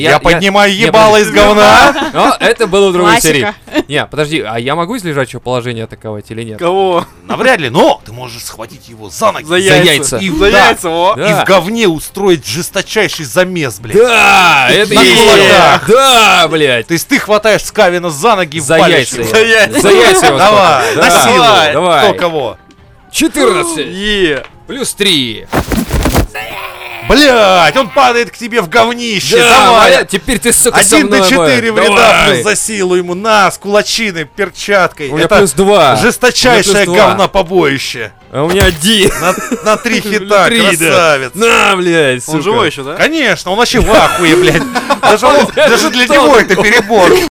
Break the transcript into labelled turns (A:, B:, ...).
A: Я, поднимаю
B: я-
A: ебало из говна.
B: Но это было в другой серии.
C: Классика.
B: Не, подожди, а я могу из лежачего положения атаковать или нет?
A: Кого?
D: Навряд ли, но ты можешь схватить его за ноги.
A: За
B: яйца.
A: яйца.
D: И,
A: За
D: да,
A: яйца, во.
D: и в говне устроить жесточайший замес, блядь.
B: Да, это
D: На
B: и есть.
D: кулаках.
B: Да, блядь.
D: То есть ты хватаешь Скавина за ноги и
B: За
D: валишь
B: яйца.
D: его.
A: За яйца.
B: За яйца его
D: Давай,
B: сколько? Да.
D: на силу.
B: Давай, давай.
D: Кто кого?
B: 14
A: Е.
B: плюс 3.
D: Блять, он падает к тебе в говнище. давай.
B: моя- Теперь ты, сука, со
D: 1
B: мной.
D: до 4
B: Давай.
D: вреда плюс за силу ему. На, с кулачиной, перчаткой.
B: У меня
D: Это
B: плюс 2.
D: жесточайшее
B: У меня плюс два.
D: говно побоище.
B: А у меня один.
D: На, на три хита,
B: Три, да.
D: красавец.
B: На, блядь,
A: Он
B: сука.
A: живой еще, да?
D: Конечно, он вообще в ахуе, блядь. Даже, он- даже для него это перебор.